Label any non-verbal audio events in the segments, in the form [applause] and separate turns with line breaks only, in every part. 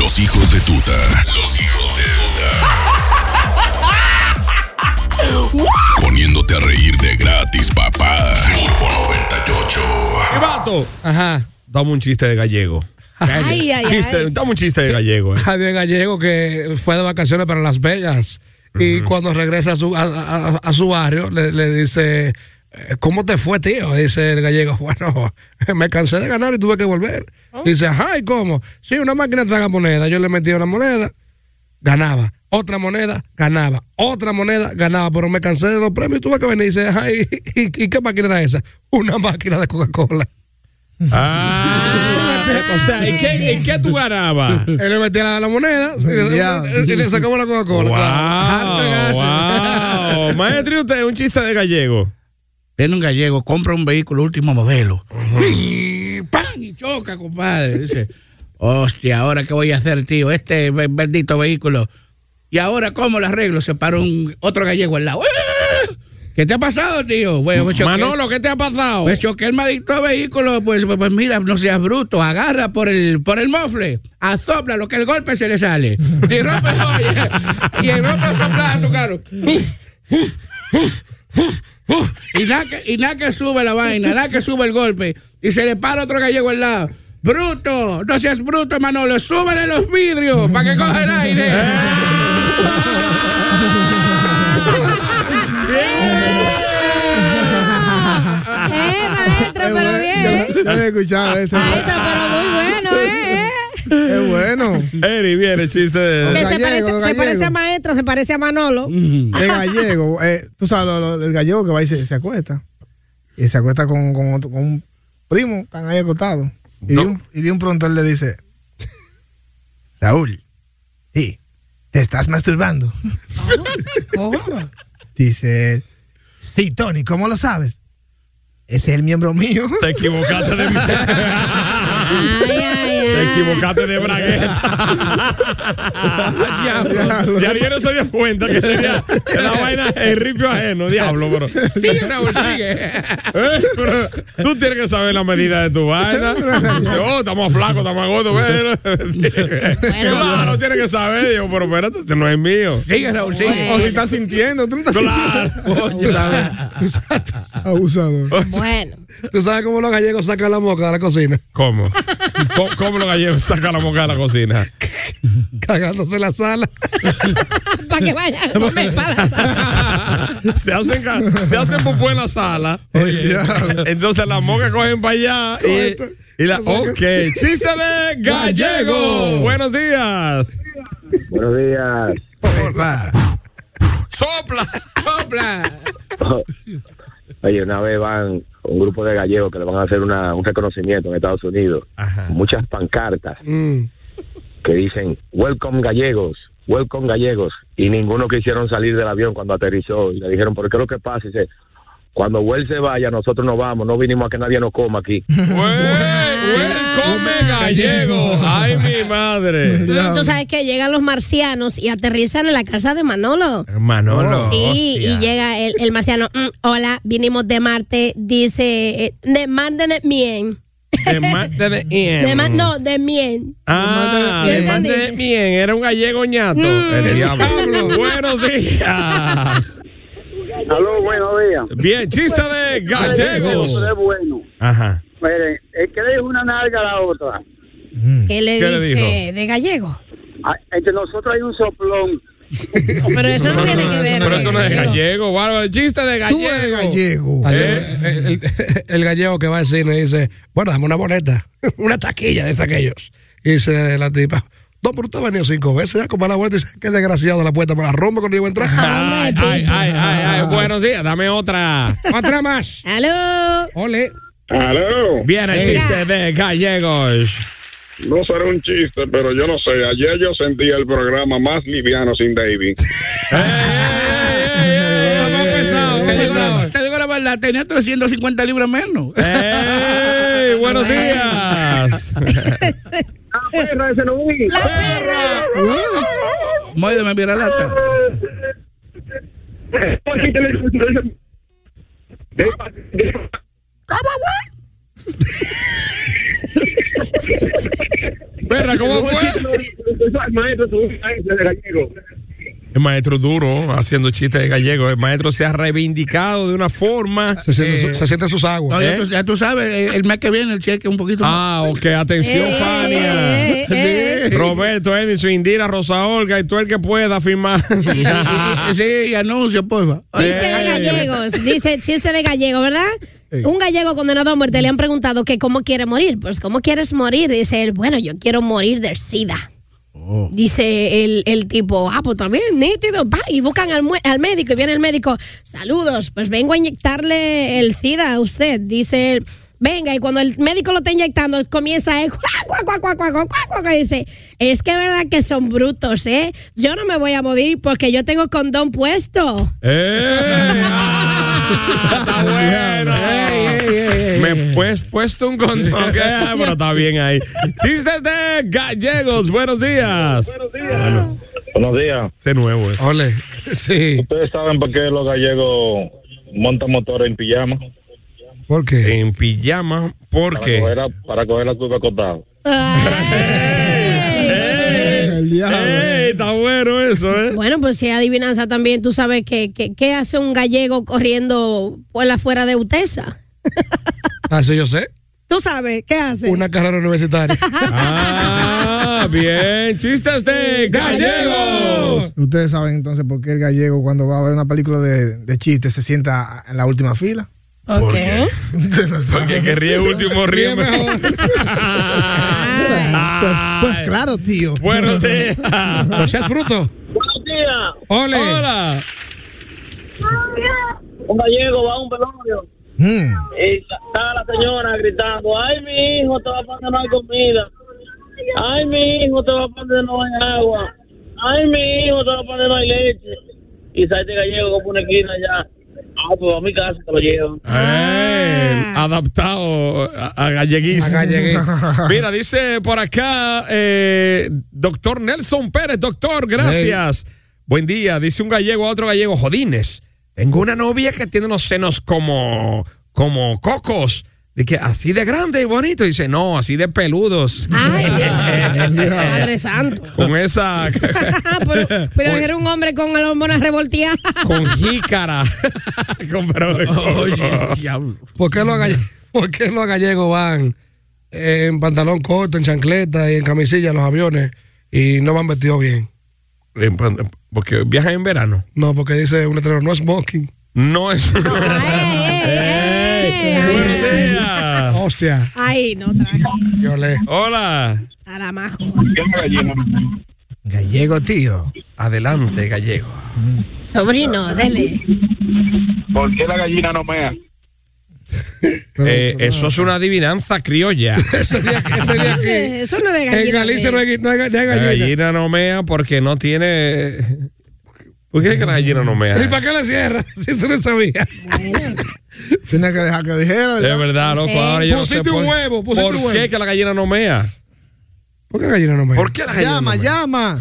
Los hijos de tuta. Los hijos de tuta. [laughs] Poniéndote a reír de gratis, papá. Turbo 98.
¡Qué vato!
Ajá.
Dame un chiste de gallego.
Ay, ay,
Chiste-
ay.
Dame un chiste de gallego.
[laughs]
eh.
Javier Gallego que fue de vacaciones para Las Vegas y cuando regresa a su, a, a- a su barrio le, le dice, eh, ¿cómo te fue, tío? Dice el gallego, [laughs] bueno, me cansé de ganar y tuve que volver. Dice, ajá, ¿y cómo? Sí, una máquina traga moneda. Yo le metí una moneda, ganaba. Otra moneda, ganaba. Otra moneda, ganaba. Pero me cansé de los premios y tuve que venir. Dice, ajá, ¿y, y- y qué máquina era esa? Una máquina de Coca-Cola.
Ah, o sea, ¿en qué, en qué tú ganabas?
Él le metía la, la moneda y le, y le sacamos la Coca-Cola.
Wow,
claro. Harto gas.
wow. Maestro, usted un chiste de gallego.
Viene un gallego, compra un vehículo último modelo. Y ¡Pam! Y choca, compadre. Dice, hostia, ¿ahora qué voy a hacer, tío? Este be- bendito vehículo. ¿Y ahora cómo lo arreglo? Se paró un, otro gallego al lado. ¡Eh! ¿Qué te ha pasado, tío? Bueno, me choqué-
Manolo, ¿qué te ha pasado?
me choqué el maldito vehículo. Pues, pues, pues mira, no seas bruto. Agarra por el, por el mofle. Azopla lo que el golpe se le sale. Y rompe, oye, y el rompe soplazo, claro. Y nada que, y nada que sube la vaina, nada que sube el golpe. Y se le para otro gallego al lado. Bruto, no seas bruto, Manolo. Súbele los vidrios para que coja el aire.
[laughs] Eh, maestro, pero bien. Ah,
Yo no he escuchado eso.
Maestro, pero muy bueno, eh. eh.
Es bueno.
Eri, viene el chiste de...
Que se,
Gallego,
parece, se
gallego.
parece a maestro, se parece a Manolo.
El gallego. eh, tú sabes, lo- lo- el gallego que va y se, se acuesta. Y se acuesta con, con otro- con un primo, están ahí acostados. Y, de un, y de un pronto él le dice: Raúl, sí, te estás masturbando. Dice él: Sí, Tony, ¿cómo lo sabes? Ese es el miembro mío.
Te equivocaste de...
Ay, ay,
Te
ay.
equivocaste de bragueta. diablo. Ya yo no se dio cuenta que tenía que la vaina es ripio ajeno, diablo, bro.
Sigue, Raúl, sigue.
Eh, pero tú tienes que saber la medida de tu vaina. Dice, oh, estamos flacos, estamos gordos. bueno. claro, tienes que saber. Yo, pero espérate, este no es mío.
Sigue, Raúl, sigue.
O si estás sintiendo, tú no estás
Claro.
Oye, ¿sabes?
[laughs]
sintiendo. Abusador.
Bueno,
¿Tú sabes cómo los gallegos sacan la moca de la cocina? [laughs]
¿Cómo? ¿Cómo, cómo los gallegos sacan la moca de la cocina?
Cagándose la sala.
[laughs] para que vaya a comer
[laughs]
para
se hacen, ca- se hacen popó en la sala. Entonces las mocas cogen para allá. Y, y la, ok, chiste de gallego. Buenos días.
Buenos días.
Hola.
Sopla.
Sopla.
Oye, una vez van un grupo de gallegos que le van a hacer una- un reconocimiento en Estados Unidos.
Ajá.
Muchas pancartas que dicen, welcome gallegos, welcome gallegos. Y ninguno quisieron salir del avión cuando aterrizó. Y le dijeron, ¿por qué lo que pasa? Y dice, Cuando Well se vaya, nosotros nos vamos. No vinimos a que nadie nos coma aquí.
come gallego. Ay, mi madre.
Mm, Tú sabes que llegan los marcianos y aterrizan en la casa de Manolo.
Manolo.
Sí, y llega el, el marciano. "Mm, hola, vinimos de Marte. Dice, eh, de Marte de Mien.
De Marte de Ien.
De Mar- no, de Mien.
Ah,
¿Ya
de Marte de
entendiste?
Mien. Era un gallego ñato.
Mm.
El diablo. Buenos días.
Aló, buenos días.
Bien, chiste de gallegos.
Es bueno.
Ajá.
Miren, el que le dijo una nalga a la otra.
¿Qué le
Mm. ¿Qué le
dice?
dijo? [laughs]
¿De gallego?
Ah, Entre nosotros hay un soplón.
pero eso no tiene que ver.
Pero eso no es gallego, bárbaro. Chiste de
Tú
gallego.
eres gallego.
¿Eh?
El, el- el gallego que va al cine dice, bueno, dame una boleta, [laughs] una taquilla de aquellos. Y dice la tipa, no, pero usted ha venido cinco veces, ya compra la vuelta y dice, qué desgraciado la puerta, me la rompo cuando yo voy a [laughs] entrar.
Ah, Ay, ay, ay, ay, ay. Buenos días, dame otra.
Otra más.
¡Aló!
Ole.
Aló.
Viene el chiste de gallegos.
No será un chiste, pero yo no sé. Ayer yo sentí el programa más liviano sin
[laughs]
David. [laughs]
Te digo la- te digo la verdad, tenía 350 libras menos.
Eh. ¡Ey! ¡Buenos
[laughs]
días!
Perro, ese no vi.
Muérdeme, mira lata.
Perra, ¿cómo fue? El maestro duro haciendo chistes de gallego. El maestro se ha reivindicado de una forma.
Se siente, se siente en sus aguas.
No, ya,
¿Eh?
tú, ya tú sabes, el, el mes que viene el cheque un poquito más.
Ah, ok, atención, Fania. Roberto, Edison, Indira, Rosa Olga y tú el que pueda firmar.
Sí, y anuncio, porfa.
Chiste de gallegos. Dice, chiste de gallego, ¿verdad? Un gallego condenado a muerte le han preguntado que cómo quiere morir. Pues, ¿cómo quieres morir? Dice él, bueno, yo quiero morir del SIDA. Dice el, el tipo, ah, pues también, nítido, va, y buscan al, mue- al médico, y viene el médico, saludos, pues vengo a inyectarle el SIDA a usted, dice él, venga, y cuando el médico lo está inyectando, comienza eh, él, cuac, cuac, cuac, cuac, cuac, cuac, cuac, cuac, y dice, es que verdad que son brutos, ¿eh? Yo no me voy a morir porque yo tengo condón puesto.
¡Eh! Ah, está bueno. Me pues puesto un condón. ¿qué? Pero está bien ahí. Chistes de gallegos, buenos días.
Buenos días.
Sé nuevo eso.
Ole. Sí.
¿Ustedes saben por qué los gallegos montan motores en pijama?
¿Por qué?
En pijama, porque.
Para coger la, para coger la curva acostada.
Eh, El diablo.
¡Ey! Está bueno eso, ¿eh?
Bueno, pues si hay adivinanza también, tú sabes que, que- qué hace un gallego corriendo por la fuera de Utesa.
Así yo sé.
Tú sabes, ¿qué hace?
Una carrera universitaria.
Ah, bien. Chistes de [laughs] gallegos.
Ustedes saben entonces por qué el gallego cuando va a ver una película de, de chistes se sienta en la última fila. [laughs]
Ok.
Ustedes no saben.
Porque que ríe último, ríe mejor.
Pues, pues claro, tío. [laughs]
Buenos [laughs] días.
no seas fruto.
Buenos días.
Ole.
Hola.
Un gallego va a un velorio.
Mm.
Y está la señora gritando, ay, mi hijo, te va a poner no hay comida. Ay, mi hijo, te va a poner no hay agua. Ay, mi hijo, te va a poner no hay leche. Y sale este gallego como una esquina allá. Ah, pues a mi casa te lo llevo.
Eh, adaptado a, a galleguís. [laughs] Mira, dice por acá eh, doctor Nelson Pérez. Doctor, gracias. Buen día. Dice un gallego a otro gallego. Jodines, tengo una novia que tiene unos senos como, como cocos. De que así de grande y bonito. Dice, no, así de peludos.
Ay, Padre santo. [laughs]
Con esa... [laughs]
Ah, pero, pero era un hombre con la hormona revolteada.
con jícara. con pero de coco.
¿Por qué los
[laughs]
galle- por qué los gallegos, van eh, en pantalón corto, en chancleta y en camisilla en los aviones y no van vestidos bien?
En pan- [laughs] Porque viajan en verano.
No, porque dice un letrero, no es smoking.
No es.
Ay, ay, ay,
¡Ey!
ay,
¡Buenos
ay.
días!
Hostia,
Ay, no, traga.
yo le.
[laughs] Hola.
A la majo.
Gallego, tío.
Eh,
Adelante, gallego.
Sobrino, dele.
¿Por qué la gallina no mea?
Eh, eso es una adivinanza criolla.
[laughs] Ese día, ese día aquí.
Eh, Eso no es de [laughs] gallina. eh.
En Galicia no hay, no hay- no hay
La
gallina.
gallina no mea porque no tiene. ¿Por qué es que la gallina no mea?
¿Y para qué le cierra? [laughs] Si tú no
[laughs]
sabías.
Tienes que dejar que dijera.
De verdad, loco. Ahora yo no sé
Pusiste un
por-
huevo, pusiste
¿por
un huevo.
qué es que la gallina no mea?
¿Por qué la [laughs] gallina no mea? [laughs]
¿Por qué [laughs] la gallina
Llama,
no mea?
llama.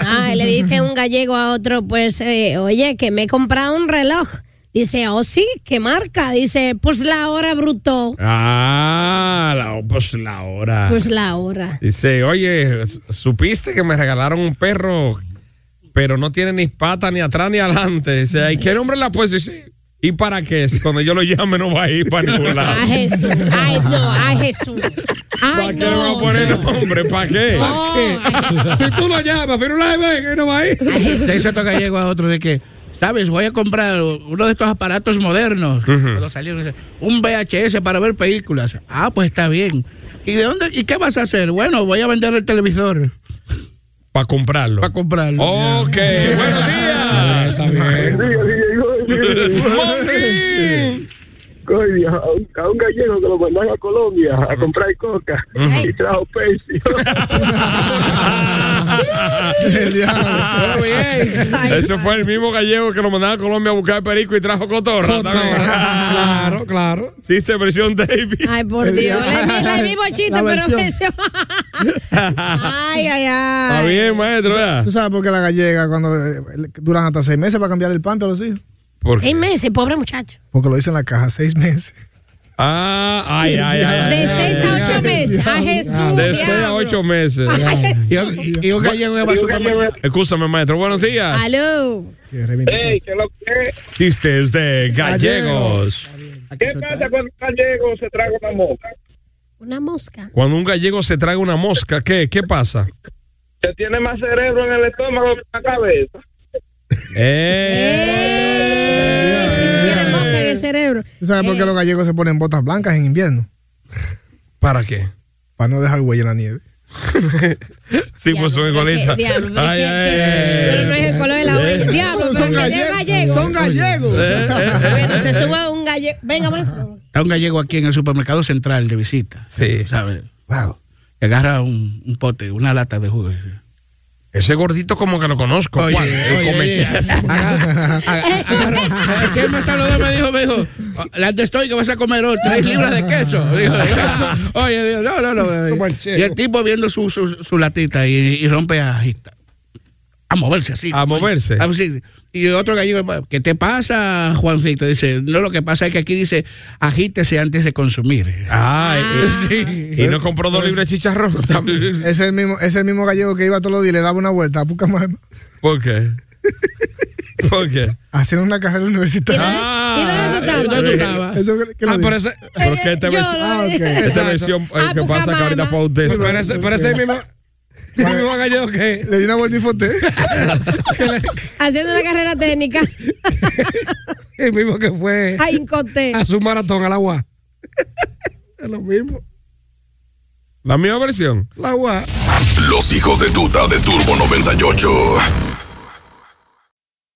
Ah, y le dice un gallego a otro, pues, eh, oye, que me he comprado un reloj. Dice, oh sí, ¿qué marca? Dice, pues la hora, bruto.
Ah, la, pues la hora.
Pues la hora.
Dice, oye, supiste que me regalaron un perro, pero no tiene ni pata ni atrás ni adelante. Dice, ¿y qué nombre le ha puesto? Dice, ¿y para qué? Si cuando yo lo llame no va a ir para ningún
[laughs]
lado.
Ay, Ah, Jesús. Ay, no, ay, Jesús.
Ah. ¿Para
Ay,
qué le va a
no.
poner nombre? ¿Para qué?
Si tú lo llamas, pero no la ves, que no va a ir.
Se hizo Este otro gallego a otro de que, ¿sabes? Voy a comprar uno de estos aparatos modernos. Cuando salieron, dice, un VHS para ver películas. Ah, pues está bien. ¿Y de dónde? ¿Y qué vas a hacer? Bueno, voy a vender el televisor
Para comprarlo.
para comprarlo.
Ok, buenos días. Monkey.
Coño, a un, a un gallego que lo mandaron a Colombia a comprar coca y trajo Pepsi.
El diablo.
Pero bien.
[laughs] Ese fue el mismo gallego que lo mandaba a Colombia a buscar perico y trajo cotorra. también. [laughs]
Claro, claro.
Hiciste presión, David.
Ay, por Dios. Le, vi- le mismo chiste,
La
pero
versión.
ese. Ay, ay,
Está [laughs]
ay.
bien, maestro. ¿verdad?
¿Tú sabes por qué la gallega cuando eh, duran hasta seis meses para cambiar el pan a los hijos?
¿Por qué?
Seis meses, pobre muchacho.
Porque lo dicen en la caja, seis meses. [laughs]
Ah, ay, ay, ay. ay,
De
ay,
seis
ay,
a ocho
ay.
meses. Ay, Jesús.
De seis a
diablo.
ocho meses.
Ay, Jesús.
Y, un- y un gallego que va a supermercado.
Escúchame, maestro. Buenos días.
Aló.
Que revienta
Ey,
casa.
¿qué lo que es?
Chistes de gallegos.
¿Qué pasa cuando un gallego se traga una moca?
Una mosca.
Cuando un gallego se traga una mosca, ¿qué? ¿Qué pasa?
Se tiene más cerebro en el estómago que en la cabeza.
Eh, si no tiene mosca en el cerebro.
¿Tú sabes
Eh.
por qué los gallegos se ponen botas blancas en invierno?
¿Para qué?
Para no dejar huella en la nieve.
Sí, pues son
Diablo, pero es que-
igualitas.
diablo, pero
Ay,
es que-
ay,
que- pero no es el color de la huella. Diablo, pero el gallego es gallego.
Son gallegos. [laughs]
Bueno, se sube un gallego. Venga, maestro.
Está un gallego aquí en el supermercado central de visita.
Sí.
¿Sabes? Wow. Y agarra un, un pote, una lata de jugo. y dice,
Ese gordito como que lo conozco.
Oye,
Juan, el
oye,
come-
oye, agarra- agarra- así él me saludó, me dijo, me dijo, la antes estoy que vas a comer hoy tres libras de queso. Dijo, oye, digo, no, no, no.
Como
Y
el chef.
el tipo viendo su, su, su latita y, y rompe a, a moverse así.
A moverse.
Ah, sí. Y otro gallego, ¿qué te pasa, Juancito? Dice, no, lo que pasa es que aquí dice, agítese antes de consumir.
Ay, sí. Y no compró dos libras de chicharrón también.
Es el, mismo, es el mismo gallego que iba todos los días y le daba una vuelta a Pucamaima
¿Por qué? ¿Por qué?
haciendo una carrera
¿Y
[laughs]
universitaria.
dónde,
Ah,
¿y dónde tú estabas?
¿Dónde tú estabas?
Eso que- que lo
Ah,
digo.
pero ese,
¿Por qué te
Yo
ves-
lo- [laughs]
Ah, ok.
Esa versión eh,
Ah,
que
poca
pasa que ahorita
mama.
fue usted.
pero ese, pero ese mismo, el mismo gallego que.
[laughs] Le di una vuelta y foté.
[laughs]
Haciendo una carrera técnica. [laughs]
El mismo que fue
Ay, encontré.
a su maratón al agua.
[laughs] Es lo mismo.
La misma versión.
La agua.
Los hijos de tuta de Turbo 98.